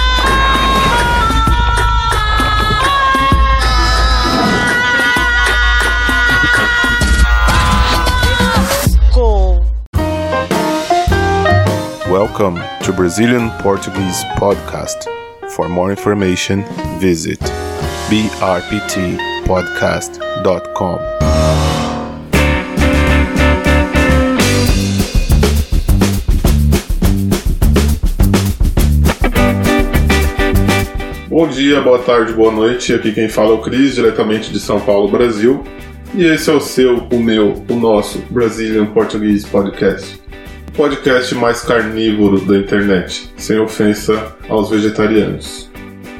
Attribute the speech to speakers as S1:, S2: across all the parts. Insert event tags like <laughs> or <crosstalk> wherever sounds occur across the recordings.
S1: Churrasco!
S2: Welcome to Brazilian Portuguese Podcast. For more information, visit brptpodcast.com. Bom dia, boa tarde, boa noite. Aqui quem fala é o Cris, diretamente de São Paulo, Brasil. E esse é o seu, o meu, o nosso Brazilian Portuguese Podcast. O podcast mais carnívoro da internet, sem ofensa aos vegetarianos.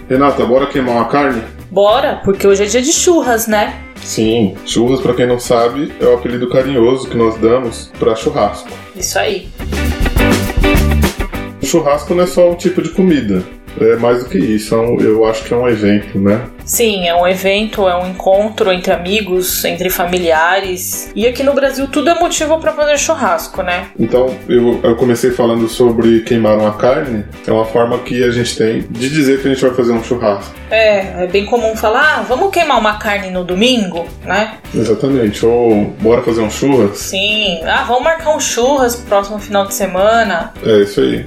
S2: Renata, bora queimar uma carne?
S1: Bora, porque hoje é dia de churras, né?
S2: Sim, churras, pra quem não sabe, é o apelido carinhoso que nós damos pra churrasco.
S1: Isso aí.
S2: Churrasco não é só um tipo de comida, é mais do que isso, é um- eu acho que é um evento, né?
S1: Sim, é um evento, é um encontro entre amigos, entre familiares. E aqui no Brasil tudo é motivo pra fazer churrasco, né?
S2: Então, eu, eu comecei falando sobre queimar uma carne, é uma forma que a gente tem de dizer que a gente vai fazer um churrasco.
S1: É, é bem comum falar, ah, vamos queimar uma carne no domingo, né?
S2: Exatamente, ou bora fazer um churras?
S1: Sim, ah, vamos marcar um churras pro próximo final de semana.
S2: É isso aí.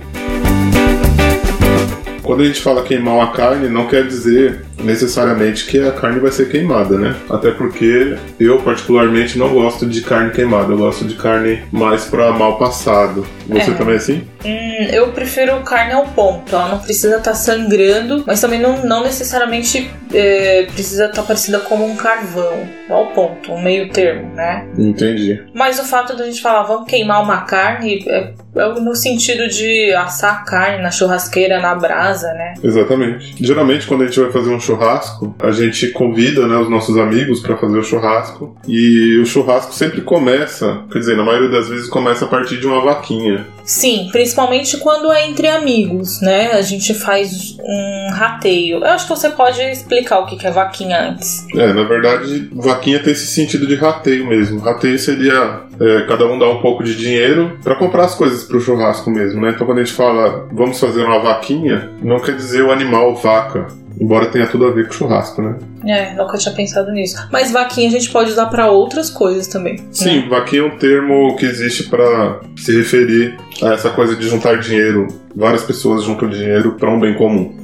S2: Quando a gente fala queimar uma carne, não quer dizer necessariamente que a carne vai ser queimada, né? Até porque eu, particularmente, não gosto de carne queimada. Eu gosto de carne mais pra mal passado. Você
S1: É.
S2: também é assim?
S1: Hum, eu prefiro carne ao ponto, ela não precisa estar sangrando, mas também não, não necessariamente é, precisa estar parecida como um carvão. Ao ponto, um meio termo, né?
S2: Entendi.
S1: Mas o fato da gente falar vamos queimar uma carne é, é no sentido de assar a carne na churrasqueira, na brasa, né?
S2: Exatamente. Geralmente, quando a gente vai fazer um churrasco, a gente convida né, os nossos amigos pra fazer o churrasco. E o churrasco sempre começa, quer dizer, na maioria das vezes começa a partir de uma vaquinha.
S1: Sim, principalmente quando é entre amigos, né? A gente faz um rateio. Eu acho que você pode explicar o que que é vaquinha antes.
S2: É, na verdade, vaquinha tem esse sentido de rateio mesmo. Rateio seria é, cada um dar um pouco de dinheiro pra comprar as coisas pro churrasco mesmo, né? Então quando a gente fala vamos fazer uma vaquinha, não quer dizer o animal vaca, embora tenha tudo a ver com churrasco, né?
S1: É, nunca tinha pensado nisso. Mas vaquinha a gente pode usar pra outras coisas também. né?
S2: Sim, vaquinha é um termo que existe pra se referir a essa coisa de juntar dinheiro, várias pessoas juntam dinheiro pra um bem comum.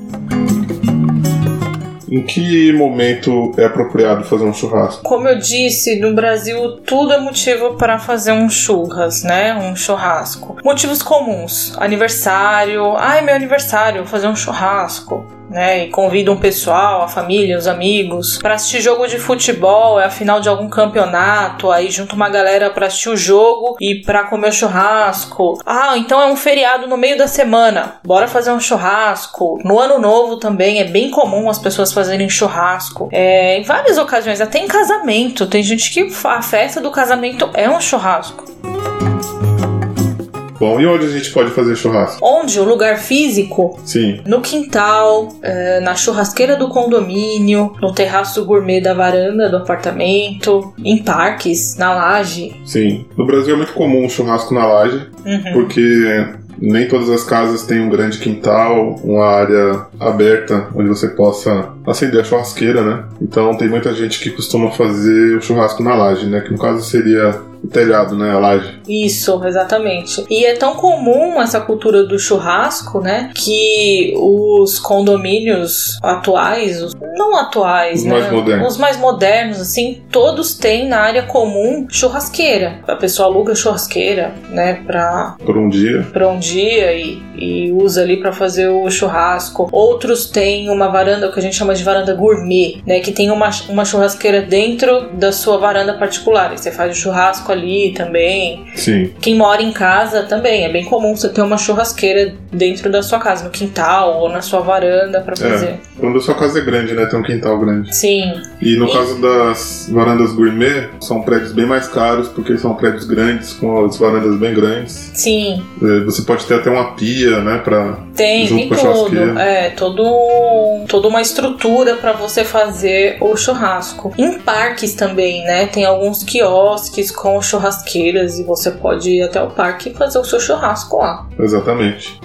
S2: Em que momento é apropriado fazer um churrasco?
S1: Como eu disse, no Brasil tudo é motivo para fazer um churras, né? Um churrasco. Motivos comuns: aniversário, ai meu aniversário, vou fazer um churrasco. Né, e convida um pessoal, a família, os amigos, para assistir jogo de futebol, é a final de algum campeonato, aí junta uma galera para assistir o jogo e para comer o churrasco. Ah, então é um feriado no meio da semana, bora fazer um churrasco. No ano novo também é bem comum as pessoas fazerem churrasco. É, em várias ocasiões, até em casamento. Tem gente que fa- a festa do casamento é um churrasco.
S2: Bom, e onde a gente pode fazer churrasco?
S1: Onde o lugar físico,
S2: Sim,
S1: no quintal, é, na churrasqueira do condomínio, no terraço gourmet da varanda do apartamento, em parques, na laje.
S2: sim. No Brasil é muito comum um churrasco na laje,
S1: Uhum.
S2: porque nem todas as casas têm um grande quintal, uma área aberta onde você possa acender a churrasqueira, né? Então tem muita gente que costuma fazer o churrasco na laje, né? Que no caso seria o telhado, né? A laje.
S1: Isso, exatamente. E é tão comum essa cultura do churrasco, né? Que os condomínios atuais, os não atuais,
S2: Os
S1: né?
S2: mais modernos.
S1: Os mais modernos, assim, todos têm na área comum churrasqueira. A pessoa aluga churrasqueira, né? Pra,
S2: Por um dia.
S1: pra um dia e, e usa ali pra fazer o churrasco. Outros têm uma varanda, o que a gente chama de varanda gourmet, né? Que tem uma, uma churrasqueira dentro da sua varanda particular. E você faz o churrasco ali também.
S2: Sim.
S1: Quem mora em casa também, é bem comum você ter uma churrasqueira dentro da sua casa, no quintal ou na sua varanda
S2: É.
S1: pra fazer.
S2: Quando a sua casa é grande, né? Tem um quintal grande.
S1: Sim,
S2: E no
S1: E-
S2: caso das varandas gourmet, são prédios bem mais caros, porque são prédios grandes, com as varandas bem grandes.
S1: sim,
S2: É, Você pode ter até uma pia, né? Pra...
S1: tem,
S2: Junto
S1: tem
S2: com a
S1: tudo.
S2: churrasqueira.
S1: É, todo, um, toda uma estrutura pra você fazer o churrasco. Em parques também, né? Tem alguns quiosques com churrasqueiras e você pode ir até o parque e fazer o seu churrasco lá.
S2: Exatamente.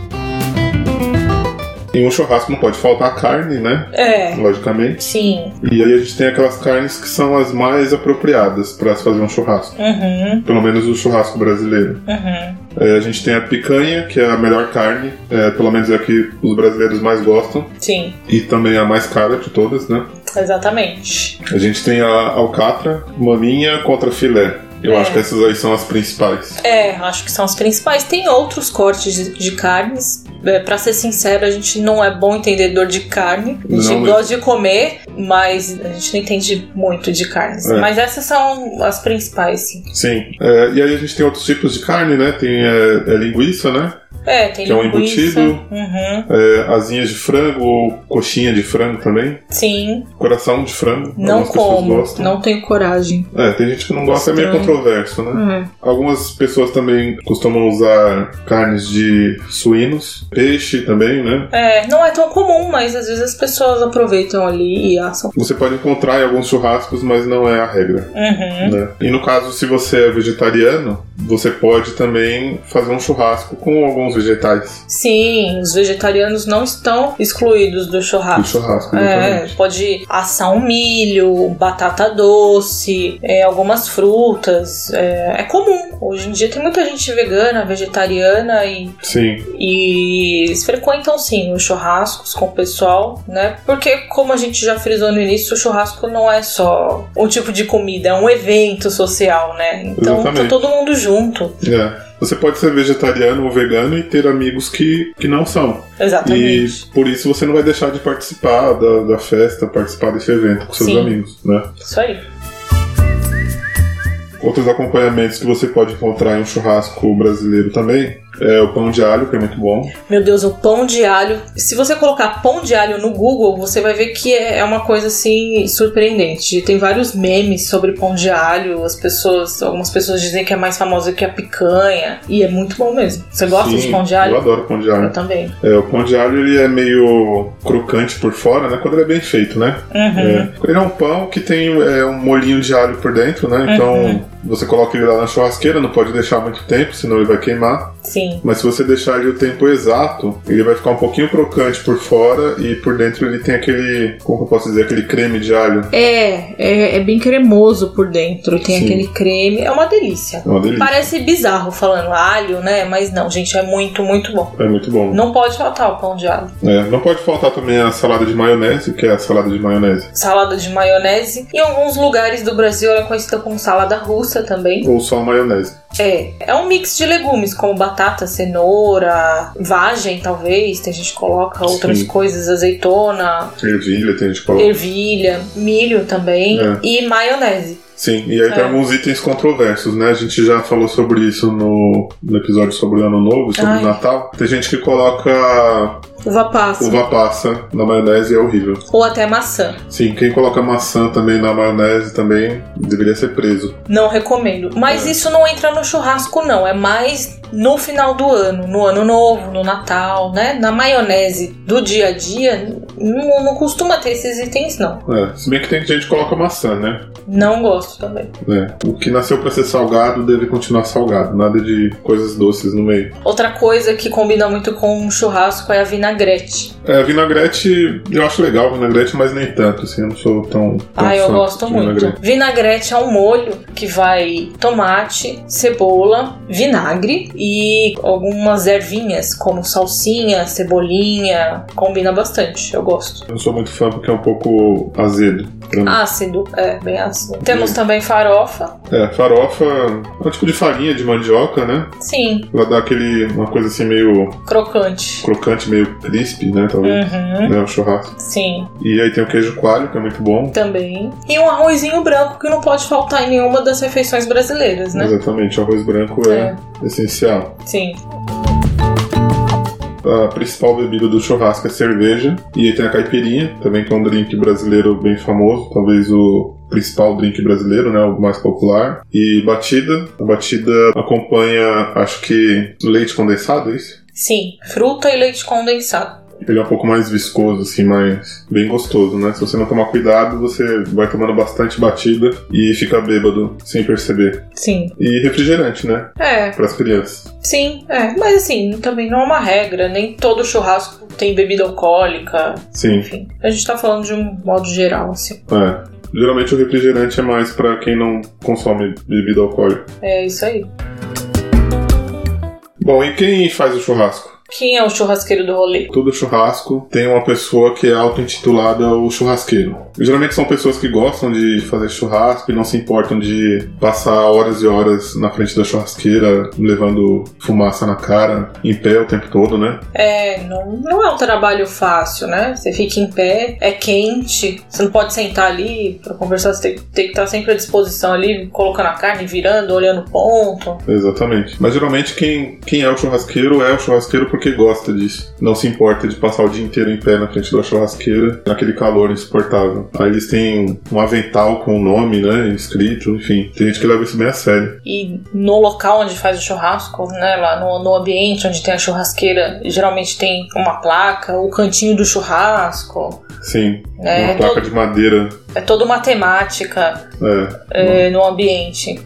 S2: Em um churrasco não pode faltar carne, né?
S1: É.
S2: Logicamente.
S1: Sim.
S2: E aí a gente tem aquelas carnes que são as mais apropriadas para se fazer um churrasco.
S1: Uhum,
S2: Pelo menos o churrasco brasileiro.
S1: uhum.
S2: É, a gente tem a picanha, que é a melhor carne, é, pelo menos é a que os brasileiros mais gostam,
S1: Sim,
S2: e também a mais cara de todas, né?
S1: exatamente.
S2: A gente tem a alcatra, maminha contra filé. Eu
S1: É.
S2: acho que essas aí são as principais.
S1: É, acho que são os principais. Tem outros cortes de, de carnes. É, para ser sincero, a gente não é bom entendedor de carne. A gente
S2: Não, mas-
S1: gosta de comer, mas a gente não entende muito de carnes.
S2: É.
S1: Mas essas são as principais, sim.
S2: Sim. É, e aí a gente tem outros tipos de carne, né? Tem é, é linguiça, né?
S1: É, tem
S2: Que é um
S1: linguiça.
S2: embutido.
S1: Uhum.
S2: É, asinhas de frango ou coxinha de frango também.
S1: Sim,
S2: Coração de frango.
S1: não
S2: algumas pessoas
S1: como.
S2: gostam.
S1: Não tenho coragem.
S2: É, tem gente que não gosta, é meio
S1: Estranho. Uhum.
S2: controverso, né? Algumas pessoas também costumam usar carnes de suínos, peixe também, né?
S1: É, não é tão comum, mas às vezes as pessoas aproveitam ali e assam.
S2: Você pode encontrar em alguns churrascos, mas não é a regra.
S1: Uhum.
S2: Né? E no caso, se você é vegetariano, você pode também fazer um churrasco com alguns vegetais
S1: Sim, os vegetarianos não estão excluídos do
S2: do
S1: churrasco.
S2: churrasco.
S1: É,
S2: exatamente.
S1: pode assar um milho, batata doce, é, algumas frutas. É, é comum. Hoje em dia tem muita gente vegana, vegetariana e,
S2: Sim,
S1: e eles frequentam sim os churrascos com o pessoal, né? Porque, como a gente já frisou no início, o churrasco não é só um tipo de comida, é um evento social, né? Então
S2: Exatamente.
S1: tá todo mundo junto.
S2: é. Você pode ser vegetariano ou vegano e ter amigos que, que não são. E
S1: Exatamente.
S2: por isso você não vai deixar de participar da, da festa, participar desse evento com seus
S1: Sim.
S2: amigos, né?
S1: Isso aí.
S2: Outros acompanhamentos que você pode encontrar em um churrasco brasileiro também é o pão de alho, que é muito bom.
S1: Meu Deus, o pão de alho. Se você colocar pão de alho no Google, você vai ver que é é uma coisa assim surpreendente. Tem vários memes sobre pão de alho. As pessoas, algumas pessoas dizem que é mais famosa que a picanha. E é muito bom mesmo. Você gosta
S2: Sim,
S1: de pão de
S2: Eu
S1: alho?
S2: adoro pão de alho.
S1: Eu também.
S2: É, o pão de alho ele é meio crocante por fora, né? Quando ele é bem feito, né?
S1: Uhum.
S2: É. Ele é um pão que tem é, um molhinho de alho por dentro, né? Então
S1: Uhum.
S2: você coloca ele lá na churrasqueira, não pode deixar muito tempo, senão ele vai queimar.
S1: Sim.
S2: Mas se você deixar ele o tempo exato, ele vai ficar um pouquinho crocante por fora e por dentro ele tem aquele, como que eu posso dizer, aquele creme de alho.
S1: É, é, é bem cremoso por dentro. Tem
S2: Sim.
S1: aquele creme. É uma delícia.
S2: É uma delícia.
S1: Parece bizarro falando alho, né? Mas não, gente, é muito, muito bom.
S2: É muito bom.
S1: Não pode faltar o pão de alho.
S2: É, não pode faltar também a salada de maionese, que é a salada de maionese.
S1: salada de maionese. Em alguns lugares do Brasil ela é conhecida como salada russa também.
S2: Ou só maionese.
S1: É, é um mix de legumes, como batata, cenoura, vagem, talvez. Tem gente que coloca outras
S2: Sim.
S1: coisas, azeitona,
S2: Ervilha, tem gente que coloca.
S1: ervilha, milho também
S2: É.
S1: e maionese.
S2: Sim, e aí tem
S1: É.
S2: alguns itens controversos, né? A gente já falou sobre isso no, no episódio sobre o Ano Novo, sobre
S1: Ai.
S2: o Natal. Tem gente que coloca
S1: Uva passa.
S2: uva passa na maionese e é horrível.
S1: Ou até maçã.
S2: Sim, quem coloca maçã também na maionese também deveria ser preso.
S1: Não recomendo.
S2: É.
S1: Mas isso não entra no churrasco, não. É mais no final do ano, no ano novo, no Natal, né? Na maionese do dia a dia, não, não costuma ter esses itens, não.
S2: É, se bem que tem gente que coloca maçã, né?
S1: Não gosto também.
S2: É, o que nasceu pra ser salgado deve continuar salgado, nada de coisas doces no meio.
S1: Outra coisa que combina muito com um churrasco é a vinagrete.
S2: É, vinagrete, eu acho legal vinagrete, mas nem tanto, assim, eu não sou tão. tão
S1: Ah, eu
S2: fã
S1: gosto
S2: de
S1: muito.
S2: vinagrete.
S1: Vinagrete é um molho que vai tomate, cebola, vinagre e algumas ervinhas, como salsinha, cebolinha. Combina bastante, eu gosto.
S2: Eu não sou muito fã porque é um pouco azedo. pra mim.
S1: Ácido, é, bem ácido. Temos também farofa.
S2: É, farofa é um tipo de farinha de mandioca, né?
S1: Sim,
S2: Ela dá aquele. uma coisa assim meio
S1: crocante.
S2: crocante, meio crisp, né? Talvez.
S1: Uhum,
S2: Né, o churrasco.
S1: sim,
S2: E aí tem o queijo coalho, que é muito bom.
S1: também. E um arrozinho branco que não pode faltar em nenhuma das refeições brasileiras, né?
S2: Exatamente, o arroz branco é, essencial.
S1: Sim.
S2: A principal bebida do churrasco é cerveja. E aí tem a caipirinha, também que é um drink brasileiro bem famoso, talvez o principal drink brasileiro, né? O mais popular. E batida. A batida acompanha, acho que, leite condensado, é isso?
S1: Sim, fruta e leite condensado.
S2: Ele é um pouco mais viscoso, assim, mas bem gostoso, né? Se você não tomar cuidado, você vai tomando bastante batida e fica bêbado sem perceber.
S1: Sim.
S2: E refrigerante, né?
S1: É,
S2: Para as crianças.
S1: sim, é. Mas assim, também não é uma regra. Nem todo churrasco tem bebida alcoólica.
S2: Sim,
S1: Enfim, a gente tá falando de um modo geral, assim.
S2: é. Geralmente o refrigerante é mais para quem não consome bebida alcoólica.
S1: É isso aí.
S2: Bom, e quem faz o churrasco?
S1: Quem é o churrasqueiro do rolê?
S2: Todo churrasco tem uma pessoa que é auto-intitulada o churrasqueiro. Geralmente são pessoas que gostam de fazer churrasco e não se importam de passar horas e horas na frente da churrasqueira, levando fumaça na cara, em pé o tempo todo, né?
S1: É, não, não é um trabalho fácil, né? Você fica em pé, é quente, você não pode sentar ali pra conversar, você tem, tem que estar sempre à disposição ali, colocando a carne, virando, olhando o ponto.
S2: Exatamente. Mas geralmente quem, quem é o churrasqueiro é o churrasqueiro porque gosta disso. Não se importa de passar o dia inteiro em pé na frente da churrasqueira, naquele calor insuportável. Aí eles têm um avental com o nome, né? Escrito, enfim. Tem gente que leva isso bem a sério.
S1: E no local onde faz o churrasco, né? Lá no, no ambiente onde tem a churrasqueira, geralmente tem uma placa, o cantinho do churrasco.
S2: Sim,
S1: É,
S2: uma
S1: é
S2: placa de madeira.
S1: É toda uma temática
S2: É.
S1: é, no ambiente.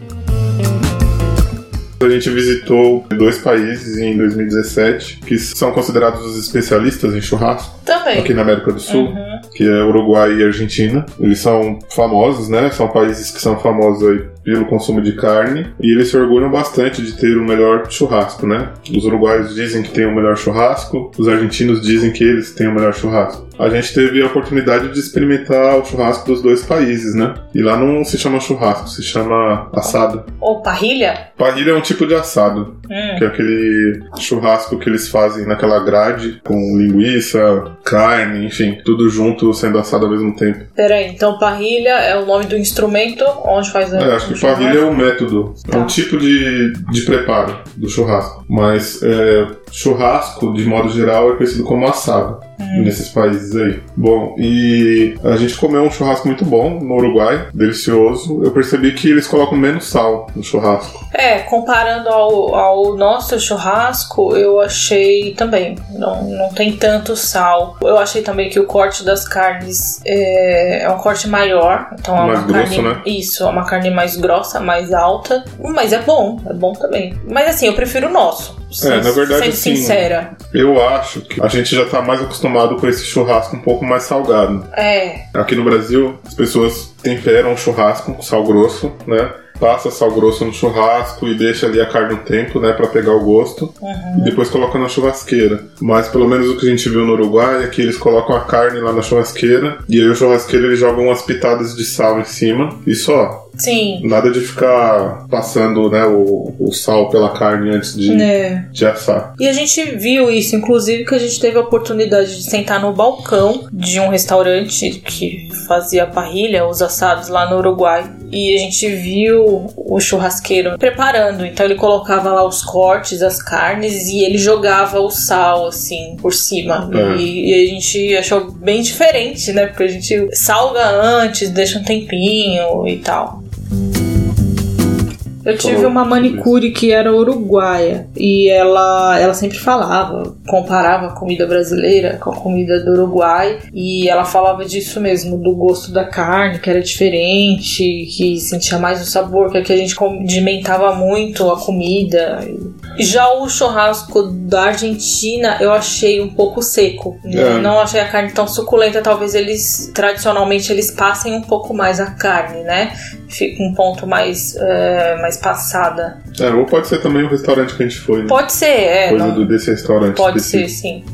S2: A gente visitou dois países em 2017 que são considerados os especialistas em churrasco
S1: Também.
S2: aqui na América do Sul,
S1: Uhum.
S2: que é Uruguai e Argentina. Eles são famosos, né? São países que são famosos aí pelo consumo de carne e eles se orgulham bastante de ter o melhor churrasco, né? Os uruguaios dizem que tem o melhor churrasco, os argentinos dizem que eles têm o melhor churrasco. A gente teve a oportunidade de experimentar o churrasco dos dois países, né? E lá não se chama churrasco, se chama assado.
S1: Ou parrilha?
S2: Parrilha é um tipo de assado,
S1: Hum.
S2: que é aquele churrasco que eles fazem naquela grade, com linguiça, carne, enfim, tudo junto sendo assado ao mesmo tempo.
S1: Peraí, então parrilha é o nome do instrumento onde faz
S2: É,
S1: a.
S2: acho que parrilha é um método, é um
S1: Tá.
S2: tipo de, de preparo do churrasco. Mas é, churrasco, de modo geral, é conhecido como assado. Nesses países aí. Bom, e a gente comeu um churrasco muito bom no Uruguai, delicioso. Eu percebi que eles colocam menos sal no churrasco.
S1: É, comparando ao, ao nosso churrasco, eu achei também. Não, não tem tanto sal. Eu achei também que o corte das carnes é, é um corte maior. Então é
S2: Mais
S1: uma
S2: grosso,
S1: carne.
S2: né?
S1: Isso, é uma carne mais grossa, mais alta. Mas é bom, é bom também. Mas assim, eu prefiro o nosso.
S2: É, na verdade,
S1: Sendo
S2: assim,
S1: sincera.
S2: Eu acho que a gente já tá mais acostumado com esse churrasco um pouco mais salgado.
S1: É,
S2: Aqui no Brasil, as pessoas temperam o churrasco com sal grosso, né? Passa sal grosso no churrasco e deixa ali a carne um tempo, né, Pra pegar o gosto. E depois coloca na churrasqueira. Mas pelo menos o que a gente viu no Uruguai é que eles colocam a carne lá na churrasqueira e aí o churrasqueiro ele joga umas pitadas de sal em cima e só.
S1: sim.
S2: Nada de ficar passando, né, o, o sal pela carne antes de,
S1: É.
S2: de assar.
S1: E a gente viu isso, inclusive, que a gente teve a oportunidade de sentar no balcão de um restaurante que fazia parrilha, os assados lá no Uruguai. E a gente viu o churrasqueiro preparando. Então ele colocava lá os cortes, as carnes e ele jogava o sal, assim, por cima.
S2: É.
S1: E, e a gente achou bem diferente, né? Porque a gente salga antes, deixa um tempinho e tal. Eu tive
S2: Falou
S1: uma manicure que era uruguaia e ela, ela sempre falava, comparava a comida brasileira com a comida do Uruguai e ela falava disso mesmo, do gosto da carne, que era diferente, que sentia mais o sabor, que aqui a gente condimentava muito a comida. Já o churrasco da Argentina eu achei um pouco seco.
S2: É.
S1: Não achei a carne tão suculenta, talvez eles tradicionalmente eles passem um pouco mais a carne, né? fica um ponto mais, é, mais passada.
S2: É, ou pode ser também o restaurante que a gente foi, né?
S1: Pode ser, é.
S2: Coisa
S1: não-
S2: do, desse restaurante.
S1: pode ser,
S2: específico.
S1: sim.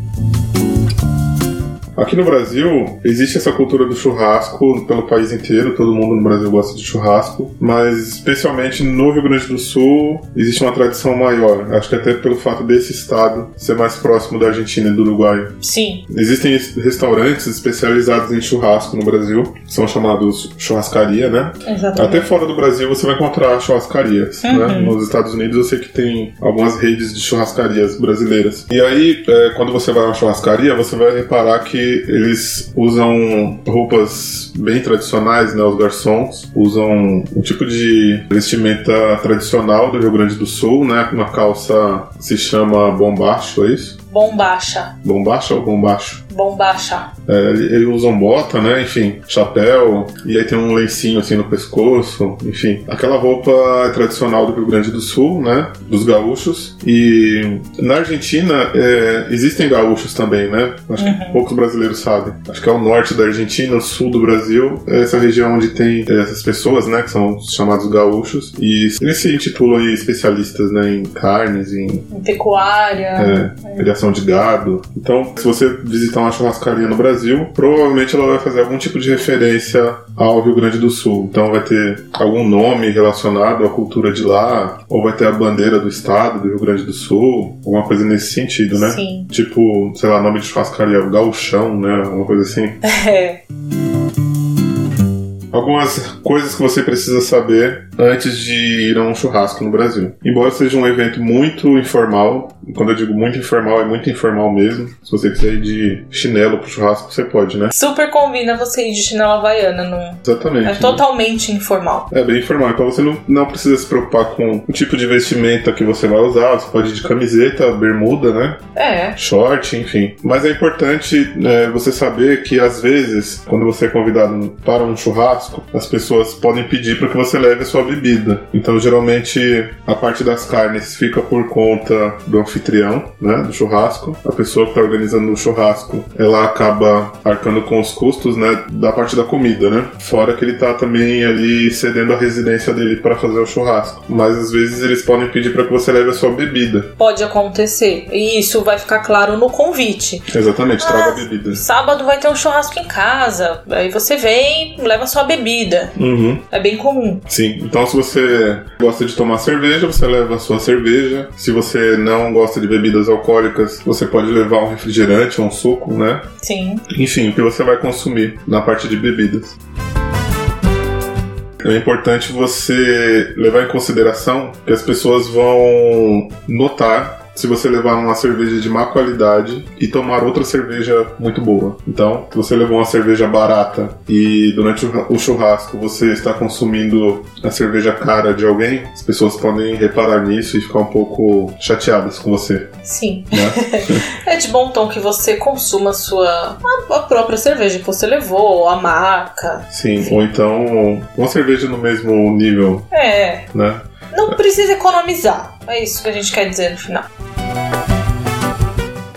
S2: Aqui no Brasil, existe essa cultura do churrasco pelo país inteiro, todo mundo no Brasil gosta de churrasco, mas especialmente no Rio Grande do Sul existe uma tradição maior, acho que até pelo fato desse estado ser mais próximo da Argentina e do Uruguai.
S1: Sim.
S2: Existem es- restaurantes especializados em churrasco no Brasil, são chamados churrascaria, né?
S1: Exatamente.
S2: Até fora do Brasil você vai encontrar churrascarias,
S1: Uhum.
S2: né? Nos Estados Unidos eu sei que tem algumas redes de churrascarias brasileiras. E aí, é, quando você vai a uma churrascaria, você vai reparar que eles usam roupas bem tradicionais, né? Os garçons usam um tipo de vestimenta tradicional do Rio Grande do Sul, né? Uma calça que se chama bombacho, é isso?
S1: Bombacha.
S2: Bombacha ou bombacho?
S1: Bombacha.
S2: É, ele- eles usam bota, né? Enfim, chapéu, e aí tem um lencinho assim no pescoço, enfim. Aquela roupa é tradicional do Rio Grande do Sul, né? Dos gaúchos. E na Argentina é, existem gaúchos também, né? Acho que poucos brasileiros sabem. Acho que é o norte da Argentina, o sul do Brasil, é essa região onde tem é, essas pessoas, né? Que são chamados gaúchos. E eles se intitulam aí especialistas né, em carnes, em
S1: Pecuária.
S2: criação É, de gado. Então, se você visitar uma churrascaria no Brasil, provavelmente ela vai fazer algum tipo de referência ao Rio Grande do Sul. Então, vai ter algum nome relacionado à cultura de lá, ou vai ter a bandeira do estado do Rio Grande do Sul, alguma coisa nesse sentido, né?
S1: Sim. <laughs>
S2: Tipo, sei lá, nome de churrascaria, gauchão, né? Alguma coisa assim.
S1: É.
S2: Algumas coisas que você precisa saber antes de ir a um churrasco no Brasil. Embora seja um evento muito informal, e quando eu digo muito informal, é muito informal mesmo. Se você quiser ir de chinelo pro churrasco, você pode, né?
S1: Super combina você ir de chinela havaiana. Não...
S2: Exatamente.
S1: É
S2: né?
S1: totalmente informal.
S2: É bem informal, então você não, não precisa se preocupar com o tipo de vestimenta que você vai usar. Você pode ir de camiseta, bermuda, né?
S1: É.
S2: short, enfim. Mas é importante é, você saber que às vezes, quando você é convidado para um churrasco, as pessoas podem pedir para que você leve a sua bebida. Então, geralmente, a parte das carnes fica por conta do anfitrião, né, do churrasco. A pessoa que está organizando o churrasco, ela acaba arcando com os custos, né, da parte da comida, né. Fora que ele tá também ali cedendo a residência dele para fazer o churrasco. Mas às vezes eles podem pedir para que você leve a sua bebida.
S1: Pode acontecer. E isso vai ficar claro no convite.
S2: Exatamente, traga
S1: Ah,
S2: a bebida.
S1: Sábado vai ter um churrasco em casa. Aí você vem, leva sua bebida.
S2: Uhum.
S1: É bem comum.
S2: Sim, então se você gosta de tomar cerveja, você leva a sua cerveja. Se você não gosta de bebidas alcoólicas, você pode levar um refrigerante ou um suco, né?
S1: Sim.
S2: Enfim, o que você vai consumir na parte de bebidas. É importante você levar em consideração que as pessoas vão notar se você levar uma cerveja de má qualidade e tomar outra cerveja muito boa. Então, se você levou uma cerveja barata e durante o o churrasco você está consumindo a cerveja cara de alguém, as pessoas podem reparar nisso e ficar um pouco chateadas com você.
S1: Sim.
S2: Né?
S1: É de bom tom que você consuma a sua a, a própria cerveja que você levou, a marca.
S2: Sim, ou então uma cerveja no mesmo nível,
S1: É,
S2: né?
S1: Não precisa economizar. É isso que a gente quer dizer no final.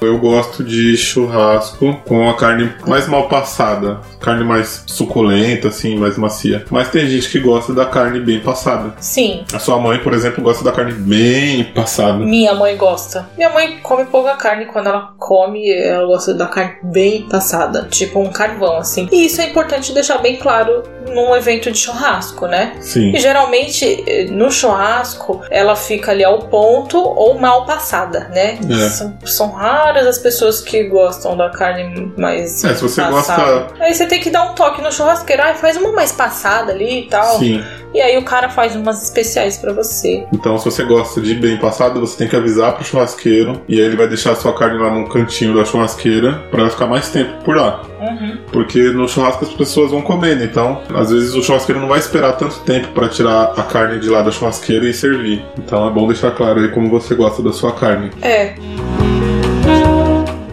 S2: Eu gosto de churrasco com a carne mais mal passada, carne mais suculenta, assim, mais macia. Mas tem gente que gosta da carne bem passada.
S1: Sim,
S2: A sua mãe, por exemplo, gosta da carne bem passada.
S1: minha mãe gosta. Minha mãe come pouca carne quando ela come, ela gosta da carne bem passada, tipo um carvão assim. E isso é importante deixar bem claro num evento de churrasco, né?
S2: Sim.
S1: E geralmente eh, no churrasco ela fica ali ao ponto ou mal passada, né?
S2: É.
S1: São, são raras as pessoas que gostam da carne mais
S2: É, se você
S1: passada.
S2: gosta.
S1: Aí você tem que dar um toque no churrasqueiro, ah, faz uma mais passada ali e tal.
S2: Sim.
S1: E aí o cara faz umas especiais pra você.
S2: Então, se você gosta de bem passado, você tem que avisar pro churrasqueiro. E aí ele vai deixar a sua carne lá no cantinho da churrasqueira pra ela ficar mais tempo por lá. Porque no churrasco as pessoas vão comendo, então às vezes o churrasqueiro não vai esperar tanto tempo para tirar a carne de lá da churrasqueira e servir. Então é bom deixar claro aí como você gosta da sua carne.
S1: É,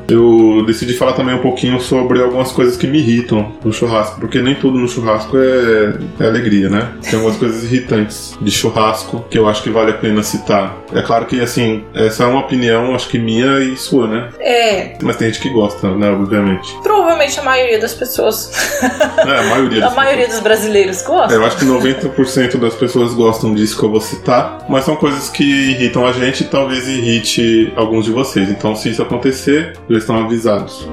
S2: Eu decidi falar também um pouquinho sobre algumas coisas que me irritam no churrasco, porque nem tudo no churrasco é, é alegria, né? Tem algumas coisas irritantes de churrasco que eu acho que vale a pena citar. É claro que, assim, essa é uma opinião, acho que minha e sua, né?
S1: é.
S2: Mas tem gente que gosta, né? Obviamente.
S1: Provavelmente a maioria das pessoas, <laughs>
S2: É, a maioria
S1: a
S2: das
S1: maioria dos brasileiros
S2: É,
S1: gosta.
S2: eu acho que 90% das pessoas gostam disso que eu vou citar, mas são coisas que irritam a gente e talvez irrite alguns de vocês. Então, se isso acontecer, já estão avisados.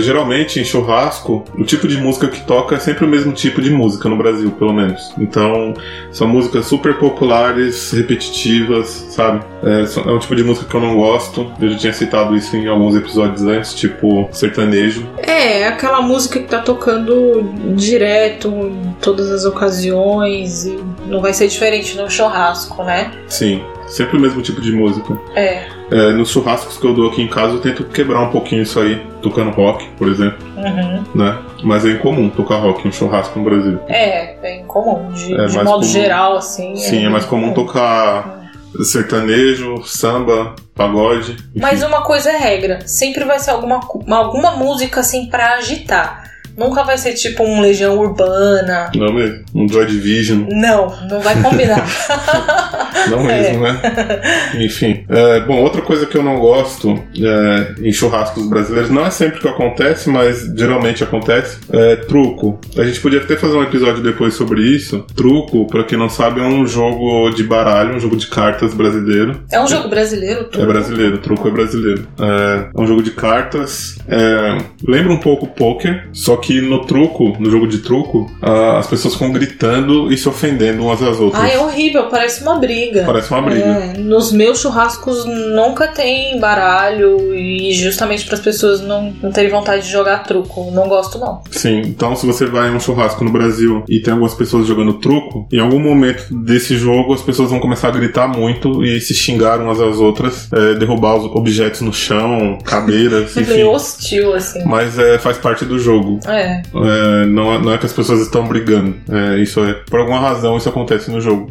S2: Geralmente em churrasco, o tipo de música que toca é sempre o mesmo tipo de música no Brasil, pelo menos. Então, são músicas super populares, repetitivas, sabe? É, são- é um tipo de música que eu não gosto. Eu já tinha citado isso em alguns episódios antes, tipo sertanejo.
S1: É, aquela música que tá tocando direto em todas as ocasiões. E não vai ser diferente no churrasco, né?
S2: Sim, sempre o mesmo tipo de música.
S1: É.
S2: É, nos churrascos que eu dou aqui em casa, eu tento quebrar um pouquinho isso aí, tocando rock, por exemplo,
S1: Uhum.
S2: né? Mas é incomum tocar rock em um churrasco no Brasil.
S1: É, bem comum. De,
S2: É
S1: de
S2: mais
S1: modo
S2: comum. é
S1: geral, assim.
S2: Sim, é mais comum tocar sertanejo, samba, pagode. enfim.
S1: Mas uma coisa é regra: sempre vai ser alguma, cu- alguma música assim pra agitar. Nunca vai ser tipo um Legião Urbana.
S2: Não mesmo. Um Joy Division.
S1: Não, não vai
S2: <laughs>
S1: combinar.
S2: Não
S1: É.
S2: mesmo, né? Enfim. É, bom, outra coisa que eu não gosto é, em churrascos brasileiros, não é sempre que acontece, mas geralmente acontece, é truco. A gente podia até fazer um episódio depois sobre isso. Truco, pra quem não sabe, é um jogo de baralho, um jogo de cartas brasileiro.
S1: É um jogo brasileiro,
S2: É
S1: tudo.
S2: brasileiro, truco é brasileiro. É, é um jogo de cartas. é, lembra um pouco poker, só que no truco, no jogo de truco, ah, as pessoas ficam gritando e se ofendendo umas às outras.
S1: Ah, é horrível, parece uma briga.
S2: Parece uma briga.
S1: É, nos meus churrascos nunca tem baralho e justamente para as pessoas não, não terem vontade de jogar truco. Não gosto, não.
S2: Sim, então se você vai a um churrasco no Brasil e tem algumas pessoas jogando truco, em algum momento desse jogo as pessoas vão começar a gritar muito e se xingar umas às outras, é, derrubar os objetos no chão,
S1: <laughs>
S2: cadeiras,
S1: É meio
S2: enfim.
S1: hostil, assim.
S2: Mas é, faz parte do jogo.
S1: É,
S2: É, não, é- não é que as pessoas estão brigando. É, isso é. Por alguma razão isso acontece no jogo.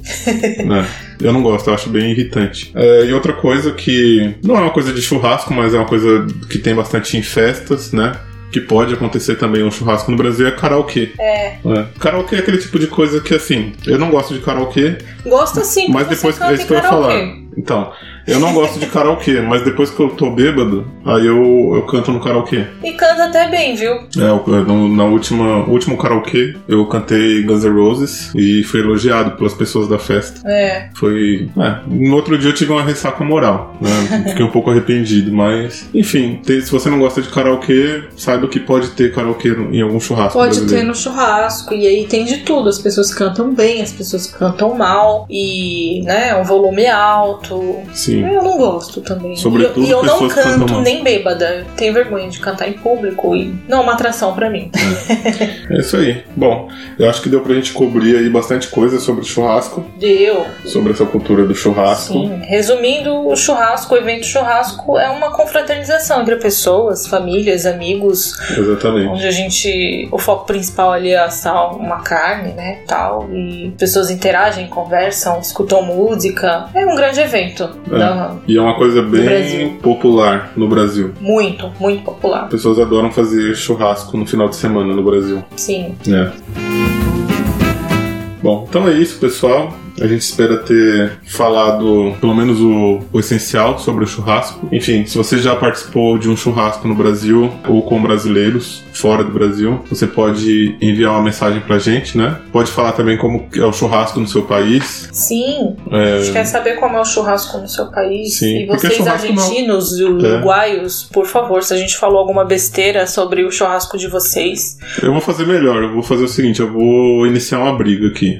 S2: né? Eu não gosto, eu acho bem irritante. É, e outra coisa que. Não é uma coisa de churrasco, mas é uma coisa que tem bastante em festas, né? Que pode acontecer também um churrasco no Brasil é karaokê.
S1: é.
S2: né? Karaokê é aquele tipo de coisa que, assim, eu não gosto de karaokê,
S1: Gosto assim,
S2: mas
S1: que você
S2: depois que
S1: canta
S2: é
S1: em
S2: isso que eu ia
S1: karaokê.
S2: falar. Então, eu não gosto de karaokê, mas depois que eu tô bêbado, aí eu, eu canto no karaokê.
S1: E canta até bem, viu?
S2: É, eu- no, na última último karaokê eu cantei Guns N' Roses e fui elogiado pelas pessoas da festa.
S1: É.
S2: Foi. É, no outro dia eu tive uma ressaca moral, né? <laughs> Fiquei um pouco arrependido, mas. Enfim, te- se você não gosta de karaokê, saiba que pode ter karaokê no- em algum churrasco.
S1: Pode ter
S2: brasileiro.
S1: no churrasco, e aí tem de tudo. As pessoas cantam bem, as pessoas cantam mal, e, né, um volume alto.
S2: Sim.
S1: Eu não gosto também.
S2: Sobretudo
S1: e eu, e eu não
S2: pessoas que cantam
S1: canto
S2: mal.
S1: nem bêbada. Eu Tenho vergonha de cantar em público e não é uma atração pra mim.
S2: É isso aí. Bom, eu acho que deu pra gente cobrir aí bastante coisa sobre churrasco,
S1: Deu.
S2: sobre essa cultura do churrasco.
S1: Sim. Resumindo, o churrasco, o evento churrasco é uma confraternização entre pessoas, famílias, amigos,
S2: Exatamente.
S1: onde a gente o foco principal ali é assar uma carne, né, tal, e pessoas interagem, conversam, escutam música. É um grande evento,
S2: É.
S1: da-
S2: E é uma coisa bem
S1: Brasil.
S2: popular no Brasil.
S1: muito, muito popular.
S2: Pessoas adoram fazer churrasco no final de semana no Brasil.
S1: Sim.
S2: É. Bom, então é isso, pessoal. A gente espera ter falado pelo menos o, o essencial sobre o churrasco. Enfim, se você já participou de um churrasco no Brasil ou com brasileiros fora do Brasil, você pode enviar uma mensagem pra gente, né? Pode falar também como é o churrasco no seu país.
S1: Sim, a gente
S2: É,
S1: quer saber como é o churrasco no seu país.
S2: Sim,
S1: e
S2: porque
S1: vocês
S2: churrasco não. é
S1: argentinos e uruguaios, por favor, se a gente falou alguma besteira sobre o churrasco de vocês.
S2: eu vou fazer melhor, eu vou fazer o seguinte, eu vou iniciar uma briga aqui.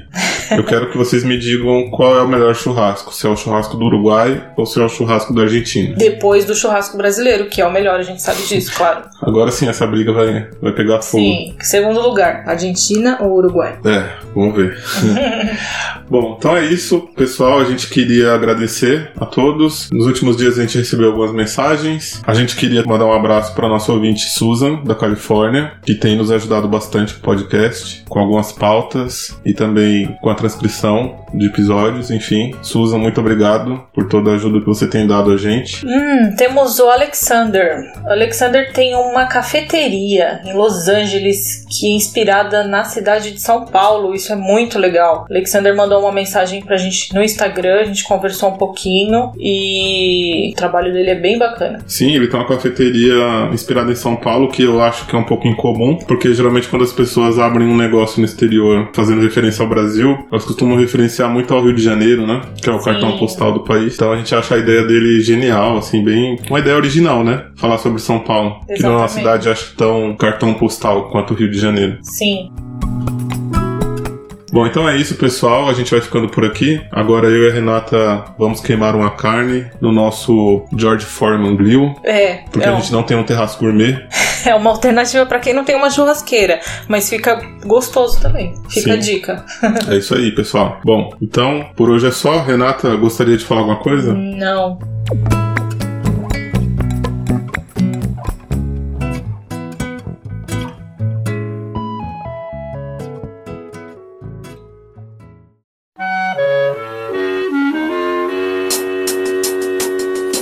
S2: Eu quero que vocês me digam qual é o melhor churrasco, se é o churrasco do Uruguai ou se é o churrasco da Argentina.
S1: Depois do churrasco brasileiro, que é o melhor, a gente sabe disso, claro.
S2: Agora sim, essa briga vai, vai pegar fogo.
S1: Sim. Segundo lugar, Argentina ou Uruguai?
S2: É, vamos ver. Bom, então é isso, pessoal. A gente queria agradecer a todos. Nos últimos dias a gente recebeu algumas mensagens. A gente queria mandar um abraço para nossa ouvinte Susan, da Califórnia, que tem nos ajudado bastante com o podcast, com algumas pautas e também com a transcrição de episódios. Enfim, Susan, muito obrigado por toda a ajuda que você tem dado a gente.
S1: Hum, temos o Alexander. O Alexander tem uma cafeteria em Los Angeles que é inspirada na cidade de São Paulo. Isso é muito legal. O Alexander mandou uma mensagem pra gente no Instagram, a gente conversou um pouquinho e o trabalho dele é bem bacana.
S2: Sim, ele tem uma cafeteria inspirada em São Paulo, que eu acho que é um pouco incomum, porque geralmente quando as pessoas abrem um negócio no exterior fazendo referência ao Brasil, elas costumam referenciar muito ao Rio de Janeiro, né? Que é o
S1: Sim.
S2: cartão postal do país. Então a gente acha a ideia dele genial, assim, bem. Uma ideia original, né? Falar sobre São Paulo, que não é uma
S1: Exatamente.
S2: cidade, acho, tão cartão postal quanto o Rio de Janeiro.
S1: Sim.
S2: Bom, então é isso, pessoal. A gente vai ficando por aqui. Agora eu e a Renata vamos queimar uma carne no nosso George Foreman Grill,
S1: É,
S2: porque
S1: é,
S2: a
S1: um-
S2: gente não tem um terraço gourmet.
S1: <laughs> é uma alternativa pra quem não tem uma churrasqueira, mas fica gostoso também. Fica
S2: Sim.
S1: a dica.
S2: É isso aí, pessoal. Bom, então por hoje é só. Renata, gostaria de falar alguma coisa?
S1: Não,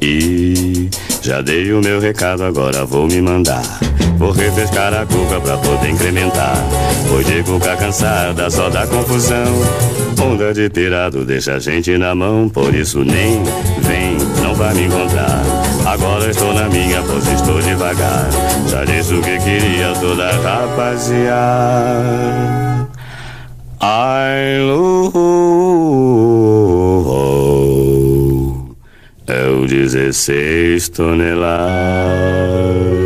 S3: E já dei o meu recado, agora vou me mandar. Vou refrescar a cuca pra poder incrementar. Pois de cuca cansada, só dá confusão. Onda de pirado deixa a gente na mão, por isso nem vem, não vai me encontrar. Agora estou na minha, pois estou devagar. Já disse o que queria toda a rapaziada. I love. É o 16 toneladas.